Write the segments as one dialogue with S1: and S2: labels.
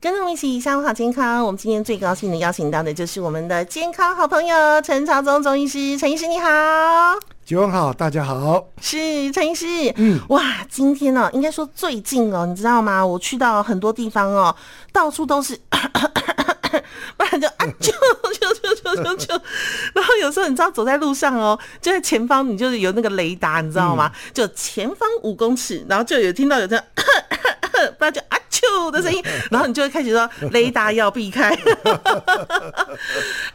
S1: 跟着我一起下午好健康。我们今天最高兴的邀请到的就是我们的健康好朋友陈朝宗总医师，陈医师你好。
S2: 九文好，大家好。
S1: 是陈医师，嗯，哇，今天呢、应该说最近哦、你知道吗？我去到很多地方哦、到处都是， 不然就啊啾啾啾啾啾啾，然后有时候你知道走在路上哦、就在前方你就是有那个雷达，你知道吗？就前方五公尺，然后就有听到有这样， 不然就啊啾的声音，然后你就会开始说雷达要避开。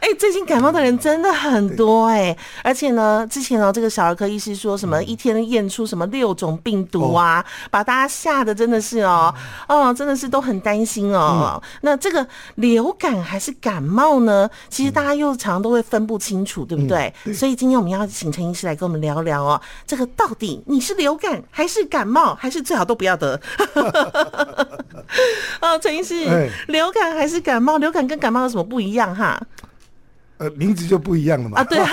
S1: 哎、最近感冒的人真的很多哎、而且呢，之前哦，这个小儿科医师说什么一天验出什么六种病毒啊，把大家吓得真的是哦，哦，真的是都很担心哦。那这个流感还是感冒呢？其实大家又常都会分不清楚，对不对？所以今天我们要请陈医师来跟我们聊聊哦，这个到底你是流感还是感冒，还是最好都不要得？ 哦，陈医师，
S2: 哎
S1: 流感还是感冒？流感跟感冒有什么不一样哈？
S2: 呃，名字就不一样了
S1: 啊，
S2: 嘛。
S1: 对啊，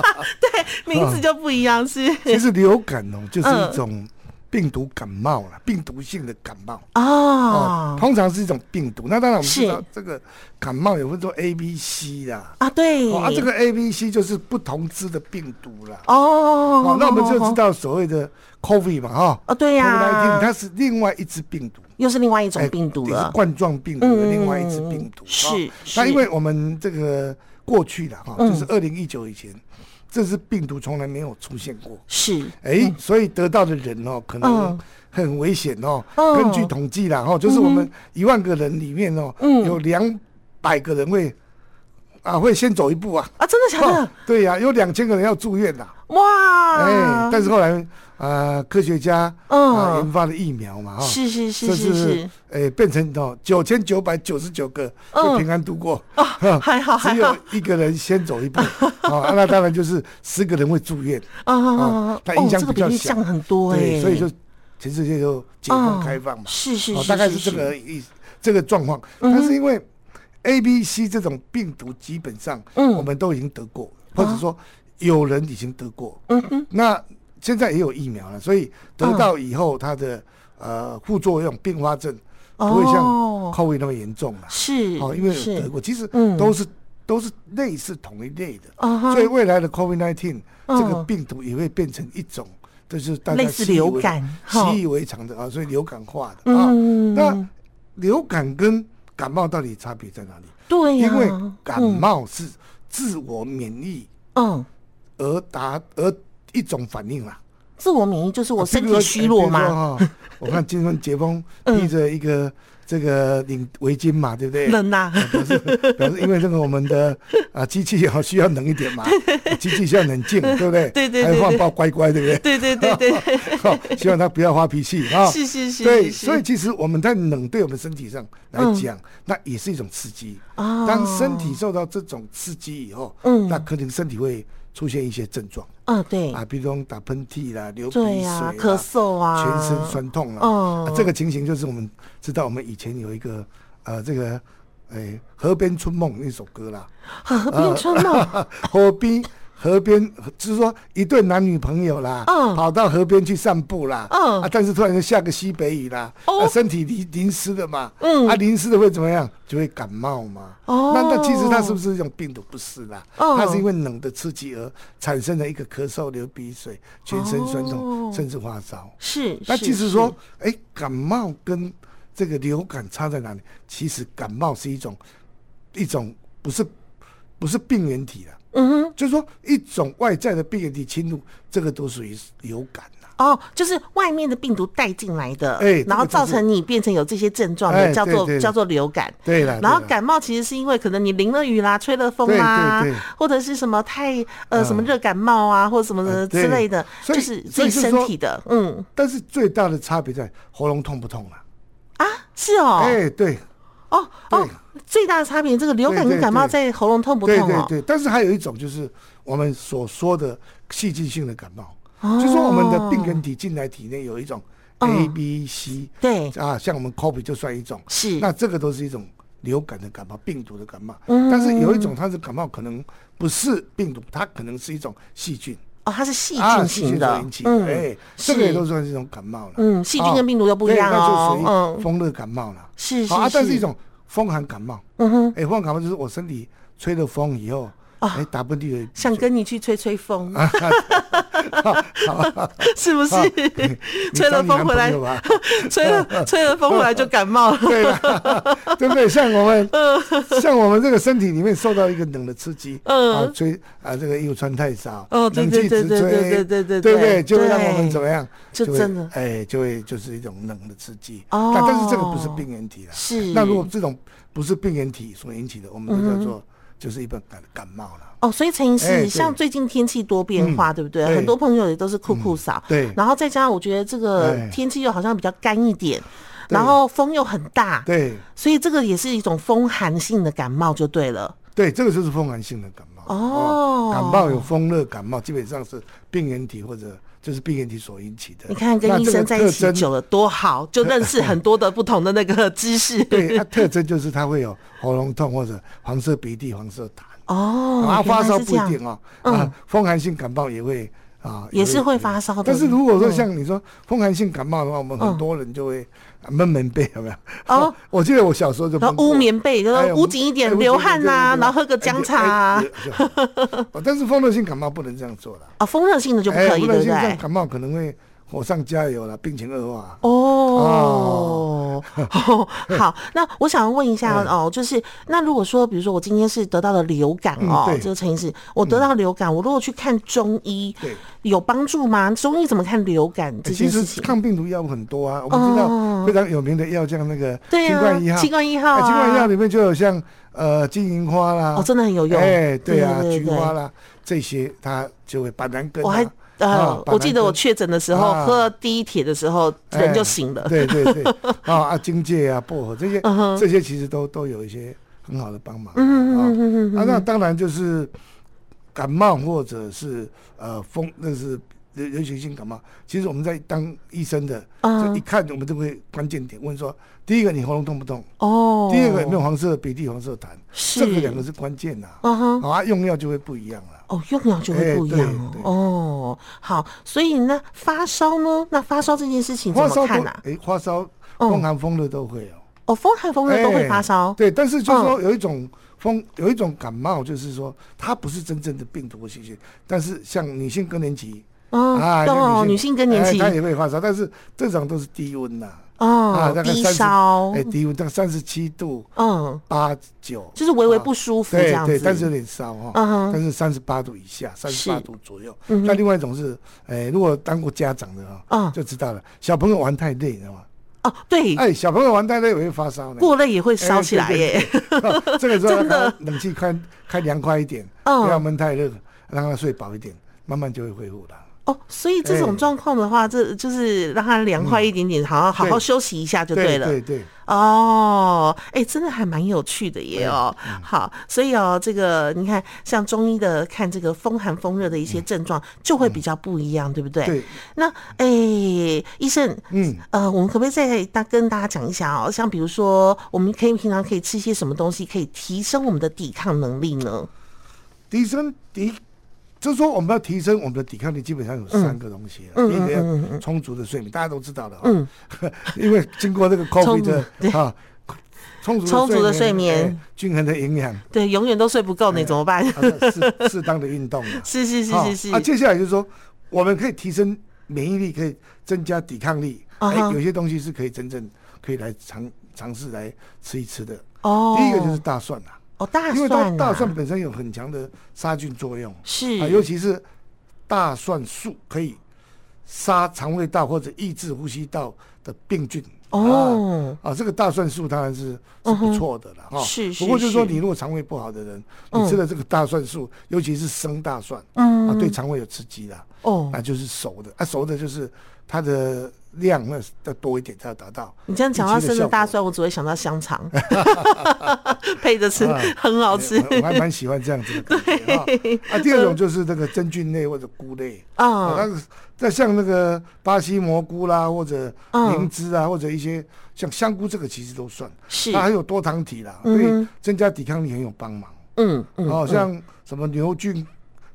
S1: 对，名字就不一样，是
S2: 其实流感哦，就是
S1: 嗯
S2: 一种病毒感冒了，病毒性的感冒哦，
S1: 哦
S2: 通常是一种病毒。那当然我们
S1: 是
S2: 知道这个感冒也会做 A、B、C 啦。
S1: 啊，对
S2: 哦，啊，这个 A、B、C 就是不同支的病毒啦。
S1: 哦
S2: 哦，，那我们就知道所谓的 COVID 嘛，哈。
S1: 哦，对
S2: c o
S1: 呀，
S2: 它是另外一支病毒。
S1: 又是另外一种
S2: 哎
S1: 病毒
S2: 也是
S1: 了，
S2: 冠状病毒的另外一支病毒。
S1: 嗯
S2: 哦
S1: 是
S2: 那
S1: 是
S2: 因为我们这个过去的哈，
S1: 嗯
S2: 就是二零一九以前，这支病毒从来没有出现过。
S1: 是
S2: 哎，所以得到的人哦，可能
S1: 嗯
S2: 很危险哦。
S1: 嗯
S2: 根据统计啦，哈，就是我们一万个人里面哦，
S1: 嗯
S2: 有两百个人会啊会先走一 步啊。
S1: 啊，真的假
S2: 哦
S1: 的？
S2: 对呀，有两千个人要住院呐。哦哎
S1: 哇，，
S2: 但是后来啊，科学家啊
S1: 嗯
S2: 研，发了疫苗嘛，哈，
S1: 是是是
S2: 这
S1: 是
S2: 是
S1: 是，
S2: 诶、变成哦九千九百九十九个
S1: 嗯哦
S2: 会平安度过，
S1: 还好还
S2: 只
S1: 好
S2: 有，一个人先走 一步啊，那当然就是十个人会住院，
S1: 啊，哦
S2: 啊，它影响
S1: 这个
S2: 比
S1: 比
S2: 较
S1: 例
S2: 小
S1: 降很多哎，
S2: 对，所以就全世界就解
S1: 嗯
S2: 放开放嘛，
S1: 是是
S2: 哦
S1: 是，
S2: 大概是这个意这个状况，
S1: 嗯哼
S2: 但是因为 A、B、C 这种病毒基本上
S1: 嗯啊
S2: 我们都已经得过，或者说有人已经得过，
S1: 嗯哼，啊
S2: 那现在也有疫苗了，所以得到以后它的呃副作用并发症不会像
S1: 哦
S2: COVID 那么严重了。
S1: 是
S2: 哦，因为有
S1: 是
S2: 德国其实
S1: 嗯
S2: 都是、都是类似同一类的，
S1: 啊哈
S2: 所以未来的 COVID-19、
S1: 嗯
S2: 这个病毒也会变成一种，就是大家
S1: 类似
S2: 习以为
S1: 流感哈
S2: 习以为常的啊，所以流感化的啊。
S1: 嗯
S2: 那流感跟感冒到底差别在哪里？
S1: 对哎呀，
S2: 因为感
S1: 嗯
S2: 冒是自我免疫
S1: 嗯。
S2: 而达而一种反应啦。
S1: 自我免疫就是我
S2: 啊
S1: 身体虚弱？
S2: 比如
S1: 嘛，嗯
S2: 说哎比如说哈我看金春 杰峰披着一个这个领围巾嘛，对不对？
S1: 冷啊呐、
S2: 表示 表示，因为这个我们的啊机器哦需要冷 一点嘛，机器需要冷静，对不对？
S1: 对对对
S2: 还有放抱乖乖，对不对？
S1: 对对对 对，
S2: 好希望他不要发脾气啊。
S1: 是是是，
S2: 哦对，
S1: 是是嗯
S2: 所以其实我们在冷对我们身体上来讲，那也是一种刺激。
S1: 哦
S2: 当身体受到这种刺激以后，
S1: 嗯
S2: 那可能身体会出现一些症状
S1: 啊对
S2: 啊，比如说打喷嚏啦、流鼻
S1: 对
S2: 水
S1: 呀、
S2: 啦、
S1: 咳嗽啊，
S2: 全身酸痛了、
S1: 嗯
S2: 啊这个情形就是我们知道，我们以前有一个呃，这个诶、河边春梦》那首歌啦，
S1: 河边春
S2: 呃
S1: 梦，
S2: 河边。河边就是说一对男女朋友啦，
S1: 嗯
S2: 跑到河边去散步啦，
S1: 嗯
S2: 啊，但是突然就下个西北雨啦，
S1: 哦
S2: 啊，身体淋淋湿了嘛，
S1: 嗯
S2: 啊，淋湿了会怎么样？就会感冒嘛。
S1: 哦
S2: 那那其实它是不是一种病毒？不是啦，
S1: 嗯
S2: 它是因为冷的刺激而产生了一个咳嗽、流鼻水、全身酸痛，
S1: 哦
S2: 甚至发烧。
S1: 是，
S2: 那
S1: 是
S2: 即使说，哎，感冒跟这个流感差在哪里？其实感冒是一种一种不是不是病原体了，
S1: 是嗯哼，
S2: 就是说一种外在的病原体侵入，这个都属于流感啦。
S1: 哦，就是外面的病毒带进来的，
S2: 哎这个
S1: 然后
S2: 就是
S1: 造成你变成有这些症状的，
S2: 哎
S1: 叫做
S2: 对对
S1: 叫做流感。
S2: 对啦，
S1: 然后
S2: 对啦
S1: 感冒其实是因为可能你淋了雨啦、吹了风啦
S2: 对对对，
S1: 或者是什么太呃
S2: 嗯
S1: 什么热感冒啊，或者什么的
S2: 嗯对
S1: 之类的，
S2: 所以
S1: 就是自
S2: 所
S1: 己
S2: 以是
S1: 身
S2: 说
S1: 体的，嗯
S2: 但是最大的差别在喉咙痛不痛啦、
S1: 啊，是哦，
S2: 哎、对，
S1: 哦哦，最大的差别，这个流感
S2: 对
S1: 跟
S2: 对
S1: 感冒在喉咙痛不痛
S2: 对
S1: 哦？
S2: 对对。但是还有一种就是我们所说的细菌性的感冒，
S1: 哦
S2: 就说我们的病原体进来体内有一种
S1: 嗯
S2: A、B、C，
S1: 对
S2: 啊，像我们 COVID 就算一种，
S1: 是
S2: 那这个都是一种流感的感冒，病毒的感冒。
S1: 嗯
S2: 但是有一种它是感冒，可能不是病毒，它可能是一种细菌，
S1: 哦，它是细
S2: 啊，
S1: 菌
S2: 细
S1: 型
S2: 菌
S1: 的，
S2: 所引起的，
S1: 嗯，
S2: 哎，这个也都
S1: 是
S2: 算是一种感冒了。啊
S1: 嗯细菌跟病毒又不一
S2: 对
S1: 样哦
S2: 那就属于
S1: 嗯
S2: 风热感冒了。
S1: 是是
S2: 好啊，但是一种风寒感冒。
S1: 嗯哼，
S2: 哎、风寒感冒就是我身体吹了风以后，哎、
S1: 啊
S2: 打喷嚏的。
S1: 想跟你去吹吹风，
S2: 啊好吧，
S1: 是不是
S2: 啊你？
S1: 吹了
S2: 你找
S1: 风
S2: 你
S1: 回来
S2: 男，朋友吧
S1: 吹了吹了风回来就感冒 了。
S2: 对 了，对不对？像我们，像我们这个身体里面受到一个冷的刺激，
S1: 嗯
S2: 啊，吹啊，这个又穿太少，
S1: 哦对
S2: 冷气
S1: 对
S2: 直
S1: 对对
S2: 吹
S1: 对对对
S2: 对不
S1: 对
S2: 对？就会让我
S1: 对
S2: 们怎么样？
S1: 这
S2: 就会
S1: 真的
S2: 哎，就会就是一种冷的刺激。
S1: 哦
S2: 但但是这个不是病原体啦。
S1: 是
S2: 那如果这种不是病原体所引起的，我们就叫
S1: 嗯
S2: 做就是一般感感冒了。
S1: 哦，所以陈医
S2: 哎
S1: 师，
S2: 对嗯
S1: 像最近天气多变化，对不对？
S2: 对嗯
S1: 很多朋友也都是酷酷扫，
S2: 对
S1: 然后再加上我觉得这个
S2: 哎
S1: 天气又好像比较干一点，
S2: 对
S1: 然后风又很大，
S2: 对
S1: 所以这个也是一种风寒性的感冒就对了。
S2: 对，这个就是风寒性的感冒。
S1: 哦
S2: 感冒有风热感冒，基本上是病原体或者就是病原体所引起的。
S1: 你看
S2: 那
S1: 跟医
S2: 这个
S1: 生在一
S2: 特
S1: 起
S2: 征
S1: 久了多好，就认识很多的不同的那个知识。
S2: 对，它特征就是它会有喉咙痛或者黄色鼻涕、黄色痰，
S1: 哦，
S2: 啊，
S1: 原
S2: 发
S1: 来
S2: 烧
S1: 是
S2: 不
S1: 这
S2: 一
S1: 样嗯
S2: 定哦，啊，风寒性感冒也会啊，
S1: 也是会发烧的
S2: 但是如果说像你说风寒性感冒的话，我们很
S1: 嗯
S2: 多人就会啊闷闷被，有没有？
S1: 哦，
S2: 我记得我小时候就
S1: 然
S2: 闷
S1: 后
S2: 过
S1: 捂棉被，然
S2: 哎
S1: 后
S2: 呦
S1: 捂紧一
S2: 哎
S1: 点，
S2: 捂
S1: 流
S2: 紧一
S1: 汗
S2: 点
S1: 呐、
S2: 对对
S1: 然后喝个
S2: 哎
S1: 姜
S2: 哎
S1: 茶啊
S2: 哎，就好 哦但是风热性感冒不能这样做了，
S1: 啊风热性的就不
S2: 哎
S1: 可以，
S2: 热
S1: 对不
S2: 性这
S1: 对
S2: 样？感冒可能会火上加油了，病情恶化。
S1: 哦，
S2: 啊
S1: 哦，好，那我想问一下
S2: 嗯
S1: 哦，就是那如果说，比如说我今天是得到了流感哦
S2: 嗯，对
S1: 这个陈医师，我得到流感，我如果去看中医
S2: 对，哎
S1: 有帮助吗？中医怎么看流感这
S2: 其
S1: 件事
S2: 实
S1: 情？
S2: 抗病毒药物很多啊，我们知
S1: 哦
S2: 道非常有名的药，像那个
S1: 对
S2: 新
S1: 啊
S2: 冠一，号，
S1: 新冠一号
S2: 哎
S1: 啊，
S2: 金冠药里面就有像呃金银花啦，
S1: 哦，真的很有用，
S2: 哎，对啊，
S1: 对对
S2: 菊
S1: 对
S2: 花啦，这些它就会板蓝根啊。
S1: 我还
S2: 啊
S1: 呃，
S2: 板
S1: 我记
S2: 蓝
S1: 得我
S2: 根
S1: 确诊的时候
S2: 啊哎
S1: 喝了第一帖的时候，人就醒了。
S2: 对对对，啊啊，荆芥啊，薄荷这些
S1: 嗯哼，
S2: 这些其实都都有一些很好的帮忙。
S1: 嗯嗯
S2: 啊
S1: 嗯嗯
S2: 啊，那当然就是感冒或者是呃风，那是流流行性感冒。其实我们在当医生的，
S1: 嗯
S2: 就一看我们就会关键点问说：第一个你喉咙痛不痛？
S1: 哦，
S2: 第二个有没有黄色鼻涕、黄色痰？
S1: 是
S2: 这个两个是关键呐。
S1: 嗯哼，
S2: 好啊，用药就会不一样了。
S1: 哦，用药就会
S2: 哎
S1: 不一
S2: 对
S1: 样
S2: 对
S1: 哦。哦，好，所以呢，发烧呢，那发烧这件事情怎
S2: 发烧
S1: 么
S2: 都
S1: 看啊？
S2: 哎，发烧
S1: 嗯
S2: 风寒风热都会哦。
S1: 哦，风寒风热都会发烧嗯
S2: 哎，对，但是就是说有一种风，有一种感冒，就是说它不是真正的病毒性性，但是像女性更年期
S1: 嗯，
S2: 像
S1: 哦，女性更年
S2: 哎
S1: 期
S2: 她，也会发烧，但是正常都是低温呐，啊
S1: 哦，
S2: 大概
S1: 低
S2: 30
S1: 烧，
S2: 哎，低温大概三十七度
S1: 嗯，
S2: 八九，啊
S1: 就是微微不舒服这
S2: 对
S1: 样
S2: 对，
S1: 子，
S2: 但是有点烧哈，
S1: 嗯哼
S2: 但是三十八度以下，三十八
S1: 是
S2: 度左右。
S1: 嗯哼
S2: 那另外一种是，哎，如果当过家长的
S1: 嗯
S2: 哈，就知道了，小朋友玩太累，你知道吗？
S1: 哦，对，
S2: 哎，小朋友玩太累也会发烧呢。
S1: 过累也会烧起来
S2: 哎对对
S1: 耶，
S2: 这个时候
S1: 真的
S2: 让它冷气开开凉快一点，
S1: 嗯
S2: 不要闷太热，让它睡饱一点，慢慢就会恢复的。
S1: 哦，所以这种
S2: 哎嗯
S1: 状况的话，这就是让它凉快一点点，好好好好
S2: 对
S1: 休息一下就
S2: 对
S1: 了。
S2: 对对，
S1: 哦，哎、真的还蛮有趣的
S2: 哎
S1: 耶哦。
S2: 嗯
S1: 好，所以哦，这个你看，像中医的看这个风寒风热的一些症状，就会比较不一样，对不对？
S2: 嗯对。
S1: 那哎、医生，
S2: 嗯，
S1: 呃，我们可不可以再大跟大家讲一下哦？像比如说，我们可以平常可以吃些什么东西，可以提升我们的抵抗能力呢？
S2: 提升抵，就是说我们要提升我们的抵抗力，基本上有三个东西啊。
S1: 嗯
S2: 第一个
S1: 嗯嗯
S2: 要充足的睡眠，大家都知道的、哦。
S1: 嗯，
S2: 因为经过这个 COVID
S1: 充足对
S2: 的啊，充足
S1: 充足的睡眠
S2: 哎均衡的营养，啊
S1: 对，永远都睡不够，
S2: 哎
S1: 你怎么办？
S2: 适适当的运动 啊。
S1: 是是是
S2: 好
S1: 是是，
S2: 啊，接下来就是说，我们可以提升免疫力，可以增加抵抗力。哎、
S1: 啊哈
S2: 有些东西是可以真正可以来尝尝试来吃一吃的。
S1: 哦，
S2: 第一个就是大蒜啊，
S1: 哦大
S2: 因为
S1: 蒜、啊，
S2: 大大蒜本身有很强的杀菌作用
S1: 是
S2: 啊，尤其是大蒜素可以杀肠胃道或者抑制呼吸道的病菌。啊
S1: 哦，嗯
S2: 啊，这个大蒜素当然是是不错的了哈、
S1: 是是
S2: 不过就是说，
S1: 是
S2: 你如果肠胃不好的人，
S1: 嗯
S2: 你吃了这个大蒜素，尤其是生大蒜，
S1: 嗯
S2: 啊，对肠胃有刺激啦。
S1: 哦，
S2: 那就是熟的啊，熟的就是它的量呢要多一点才要达到。
S1: 你这样讲到生的大蒜，我只会想到香肠， 配着吃、
S2: 啊
S1: 很好
S2: 好
S1: 吃
S2: 我还蛮喜欢这样子的感 觉哈。啊，第二种就是那个真菌类或者菇类啊，
S1: 啊。
S2: 那个那像那个巴西蘑菇啦，或者
S1: 嗯
S2: 灵芝啊，或者一些像香菇这个其实都算，
S1: 是
S2: 它，还有多糖体啦，
S1: 嗯
S2: 对
S1: 哼
S2: 增加抵抗力很有帮忙。
S1: 嗯嗯，
S2: 哦，像什么牛菌、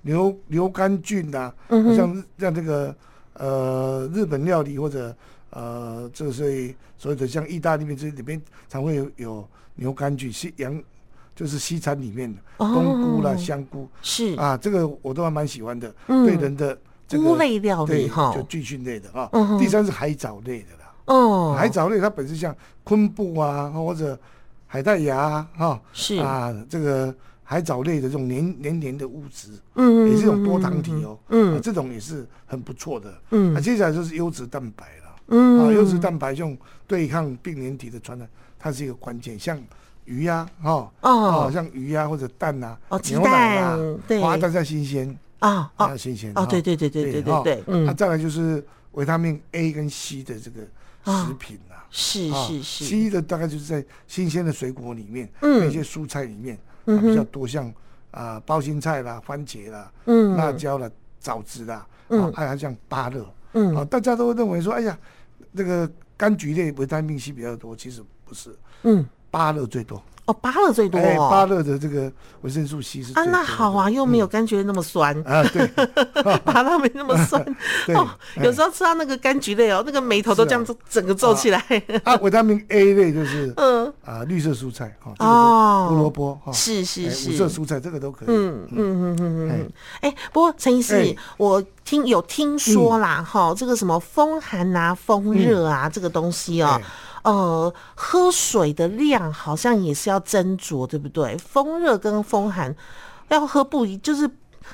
S2: 牛牛肝菌呐、啊，
S1: 嗯哼
S2: 像像这个呃日本料理或者呃，这个所以所谓的像意大利面，这里面常会有有牛肝菌、西洋，就是西餐里面的
S1: 哦
S2: 冬菇啦、香菇
S1: 是
S2: 啊，这个我都还蛮喜欢的，
S1: 嗯
S2: 对人的这个
S1: 菇类料理
S2: 对
S1: 哈
S2: 就菌菌类的啊
S1: 嗯。哼
S2: 第三是海藻类的啦，
S1: 哦，
S2: 海藻类它本身像昆布啊，或者海带芽啊哈
S1: 是
S2: 啊，这个海藻类的这种黏黏黏的物质，
S1: 嗯
S2: 也是一种多糖体哦，
S1: 嗯
S2: 啊这种也是很不错的。
S1: 嗯
S2: 啊，接下来就是优质蛋白了。
S1: 嗯
S2: 啊，优质蛋白这种对抗病原体的传染，它是一个关键。像鱼呀、哦，
S1: 哦
S2: 啊像鱼呀、或者蛋呐、
S1: 哦鸡
S2: 牛奶啦、
S1: 蛋对
S2: 花蛋要新鲜，
S1: 啊
S2: 蛋
S1: 哦
S2: 要新鲜。
S1: 哦
S2: 哈
S1: 对对对对对对
S2: 哈
S1: 对嗯
S2: 啊，再来就是维他命 A 跟 C 的这个食品啦、啊。
S1: 是是是，
S2: C 的大概就是在新鲜的水果里面，
S1: 嗯
S2: 跟一些蔬菜里面、啊、比较多，像啊、包心菜啦、番茄啦、
S1: 嗯
S2: 辣椒啦、枣子啦，
S1: 嗯
S2: 啊，还有像芭乐，
S1: 嗯
S2: 啊，大家都认为说，哎呀，这个柑橘类维他命 C 比较多，其实不是，
S1: 嗯
S2: 芭乐最多。
S1: 哦芭乐最多
S2: 哎，芭
S1: 哦
S2: 乐的这个维生素 C 是最
S1: 啊
S2: 多
S1: 那
S2: 的
S1: 好啊，又
S2: 嗯
S1: 没有柑橘类那么酸，
S2: 啊，对
S1: 芭乐没那么 酸
S2: 对哎
S1: 哦，有时候吃到那个柑橘类哦，那个眉头都这样
S2: 是
S1: 子整个皱起来，
S2: 啊，维他命 A 类就是
S1: 嗯
S2: 啊绿色蔬菜哈，这个
S1: 哦
S2: 是胡萝卜哈，
S1: 是是
S2: 哎
S1: 是，
S2: 五色蔬菜这个都可以。
S1: 嗯嗯嗯嗯嗯
S2: 哎
S1: 嗯。哎、不过陈医师，
S2: 哎嗯
S1: 我听有听说啦，哈、这个什么风寒啊、风热啊，这个东西
S2: 哎
S1: 哦、呃，喝水的量好像也是要斟酌，对不对？风热跟风寒要喝不一，就是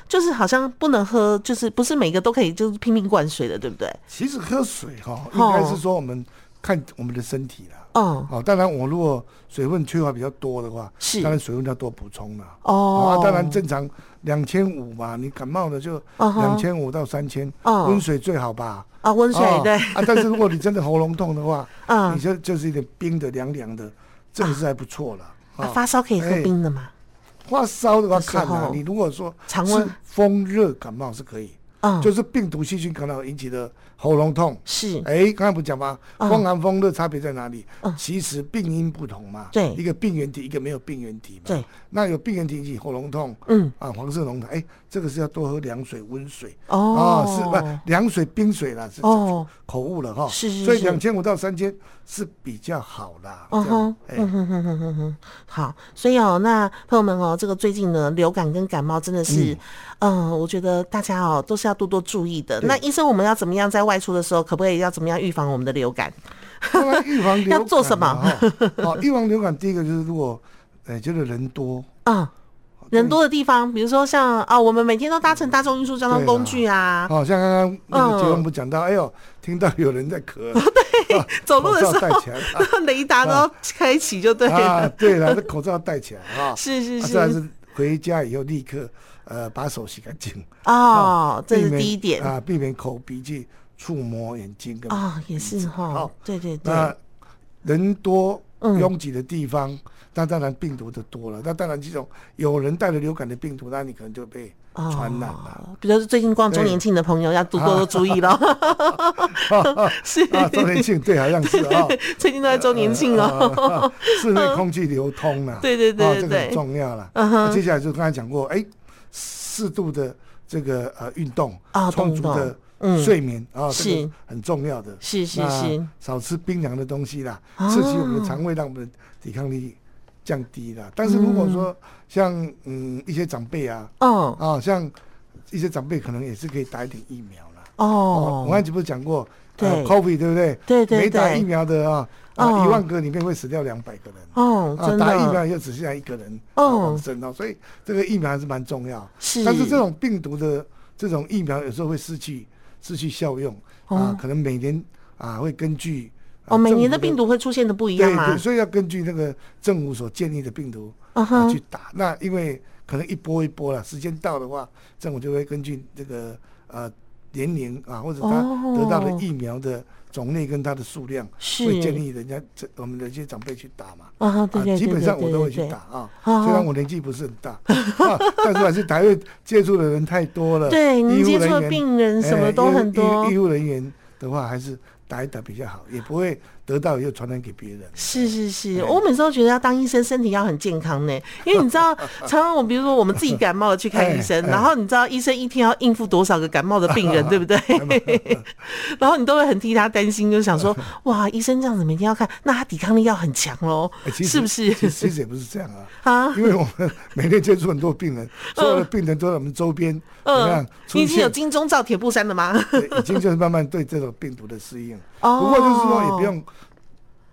S1: 就是好像不能喝，就是不是每个都可以就是拼命灌水的，对不对？
S2: 其实喝水哈，应
S1: 哦
S2: 该是说我们看我们的身体啦。
S1: 嗯，
S2: 哦，当然，我如果水分缺乏比较多的话，
S1: 是
S2: 当然水分要多补充啦。
S1: 哦
S2: 哦，啊当然正常两千五嘛，你感冒了就
S1: 嗯哼
S2: 两千五到三千，
S1: 嗯
S2: 温水最好吧？
S1: 啊，温水、
S2: 哦
S1: 对，
S2: 啊，但是如果你真的喉咙痛的话，
S1: 嗯
S2: 你就就是一点冰的、凉凉的，这个是还不错了。
S1: 啊
S2: 啊，
S1: 发烧可以喝
S2: 哎
S1: 冰的嘛？
S2: 发烧的话
S1: 那时候
S2: 看啊，你如果说
S1: 常温
S2: 是风热感冒是可以，
S1: 嗯，
S2: 就是病毒细菌感染引起的喉咙痛。
S1: 是
S2: 哎，刚才不讲吗？
S1: 嗯
S2: 风寒风热差别在哪里
S1: 嗯？
S2: 其实病因不同嘛。
S1: 对
S2: 一个病原体，一个没有病原体嘛。
S1: 对，
S2: 那有病原体引起喉咙痛，
S1: 嗯，
S2: 啊，黄色龙痰，哎，这个是要多喝凉水、温水。
S1: 哦
S2: 啊，是不凉水、冰水啦，是
S1: 哦
S2: 口误了哈。
S1: 是是
S2: 所以
S1: 是
S2: 两千五到三千是比较好啦。这
S1: 嗯
S2: 样
S1: 哼，
S2: 哎
S1: 嗯哼哼哼哼哼，好，所以哦，那朋友们哦，这个最近呢，流感跟感冒真的是，嗯、我觉得大家哦都是要多多注意的。那医生，我们要怎么样在外出的时候，可不可以要怎么样预防我们的流感？
S2: 当然预防哦流感
S1: 要做什么
S2: 嘛哈哦，预防流感第一个就是如果呃觉得人多，
S1: 嗯，人多的地方，比如说像啊、我们每天都搭乘大众运输交通工具啊，
S2: 哦，像刚刚那
S1: 嗯
S2: 个节目不讲到，哎呦，听到有人在 咳，啊
S1: 走路的时
S2: 口罩戴
S1: 候
S2: 起来，
S1: 雷达都要开启就 对了。
S2: 啊，对了，这口罩戴起来啊，
S1: 是是
S2: 啊
S1: 是
S2: 再来是回家以后立刻呃把手洗干净。
S1: 哦，这
S2: 避
S1: 是
S2: 免
S1: 第一点啊、
S2: 啊，避免口鼻去触摸眼睛跟
S1: 哦，也是哈
S2: 嗯好，
S1: 对对对，
S2: 那人多
S1: 嗯
S2: 拥挤的地方，那当然病毒就多了。那当然，这种有人带了流感的病毒，那你可能就被传染了。
S1: 哦。比如说最近逛周
S2: 对
S1: 年庆的朋友，要多多注意 喽。是，
S2: 啊，周年庆对，好像是啊，
S1: 最近都在周年庆哦。
S2: 啊室内空气流通了，
S1: 对对对
S2: 啊
S1: 对
S2: 这个
S1: 对
S2: 很重要了。
S1: 嗯
S2: 那
S1: 哼，
S2: 接下来就刚才讲过，哎，适度的这个呃运动
S1: 啊，
S2: 充
S1: 动
S2: 足
S1: 动
S2: 的
S1: 嗯
S2: 睡眠啊，这
S1: 是
S2: 个很重要的。
S1: 是是
S2: 那
S1: 是，
S2: 少吃冰凉的东西啦，
S1: 哦
S2: 刺激我们的肠胃，让我们的抵抗力降低啦。但是如果说像嗯一些长辈啊，
S1: 哦
S2: 啊像一些长辈可能也是可以打一点疫苗啦。我刚
S1: 哦，
S2: 才不是讲过，
S1: 对
S2: c o v i d 对不对？
S1: 对对
S2: 没打
S1: 对
S2: 疫苗的啊，
S1: 哦
S2: 啊一万个里面会死掉两百个人。
S1: 哦，
S2: 啊，
S1: 真
S2: 打疫
S1: 的
S2: 苗又只剩下一个人啊
S1: 哦
S2: 往生哦，所以这个疫苗还是蛮重要。
S1: 是
S2: 但是这种病毒的这种疫苗有时候会失去失去效用
S1: 哦
S2: 啊，可能每年啊会根据啊
S1: 哦，每
S2: 政
S1: 年
S2: 府
S1: 的病毒会出现的不一样
S2: 对对，
S1: 吗？
S2: 所以要根据那个政府所建立的病毒
S1: 啊
S2: 啊
S1: 哈
S2: 去，打。那因为可能一波一波了，时间到的话，政府就会根据这个呃年龄啊，或者他
S1: 哦
S2: 得到的疫苗的种类跟它的数量，会建
S1: 是
S2: 议人家这我们的一些长辈去打嘛。
S1: 啊哈，对对对
S2: 啊，
S1: 对对对，
S2: 基本上我都会去打啊，
S1: 哦
S2: 虽然我年纪不是很大， 啊但是还是台会接触的人太多了。
S1: 对
S2: 呃医
S1: 您
S2: 护
S1: 接触
S2: 人
S1: 的
S2: 员
S1: 病人什
S2: 哎
S1: 么都
S2: 医护
S1: 很
S2: 医护
S1: 多
S2: 医护人员的话，还是打一打比较好，也不会得到又传染给别人。
S1: 是是
S2: 嗯
S1: 是，我每次都觉得要当医生，身体要很健康 呢，因为你知道，常常我比如说我们自己感冒了去看医生，
S2: 哎哎
S1: 然后你知道医生一天要应付多少个感冒的病 人，对不对？ 然后你都会很替他担心，就想 说，哇，医生这样子每天要看，那他抵抗力要很强喽
S2: 哎，其实
S1: 是不是？
S2: 其其实也不是这样啊，
S1: 啊
S2: 因为我们 每天接触很多病人，所有的病人都在我们周边，你看
S1: 嗯，
S2: 出
S1: 你已经有
S2: 现
S1: 金钟罩铁布衫了吗？
S2: 对已经就是慢慢对这种病毒的适应。
S1: 哦
S2: 不过就是说，也不用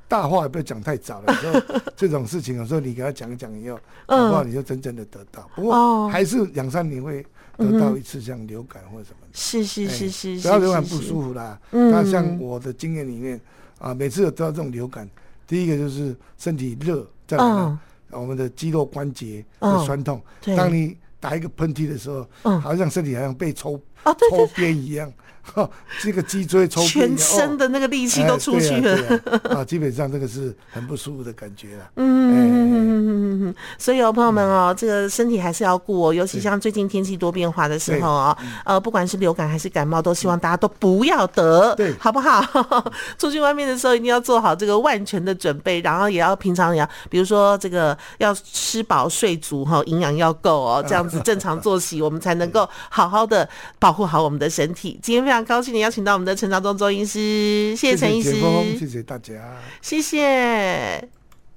S2: 大话，也不要讲太早了。 有时候这种事情，有时候你给他讲一讲以后，
S1: 嗯
S2: 搞不好你就真正的得到。不
S1: 哦
S2: 过还是两三年会得到一次像流感或者什么的。
S1: 是是
S2: 哎
S1: 是是，
S2: 不要流感
S1: 是
S2: 不
S1: 是
S2: 舒服啦。
S1: 嗯
S2: 那像我的经验里面啊，每次有得到这种流感，第一个就是身体热，再来呢，我们的肌肉关节
S1: 嗯
S2: 的酸痛。
S1: 哦对
S2: 当你打一个喷嚏的时候，
S1: 嗯
S2: 好像身体好像被抽
S1: 哦对对
S2: 抽鞭一样， 哈，这个脊椎抽鞭一
S1: 全
S2: 样，
S1: 身
S2: 的
S1: 的那个力气都出去了。
S2: 啊对啊啊基本上这个是很不舒服的感觉了。
S1: 嗯，所以哦，朋友们哦，这个身体还是要顾哦，尤其像最近天气多变化的时候哦，呃，不管是流感还是感冒，都希望大家都不要得，
S2: 对
S1: 好不好？出去外面的时候一定要做好这个万全的准备，然后也要平常也要，比如说这个要吃饱睡足哈、哦，营养要够哦，这样子正常作息，我们才能够好好的保护好我们的身体。今天非常高兴的邀请到我们的陈长忠周医师，谢谢陈医
S2: 谢
S1: 师
S2: 解，封，谢谢大家。
S1: 谢谢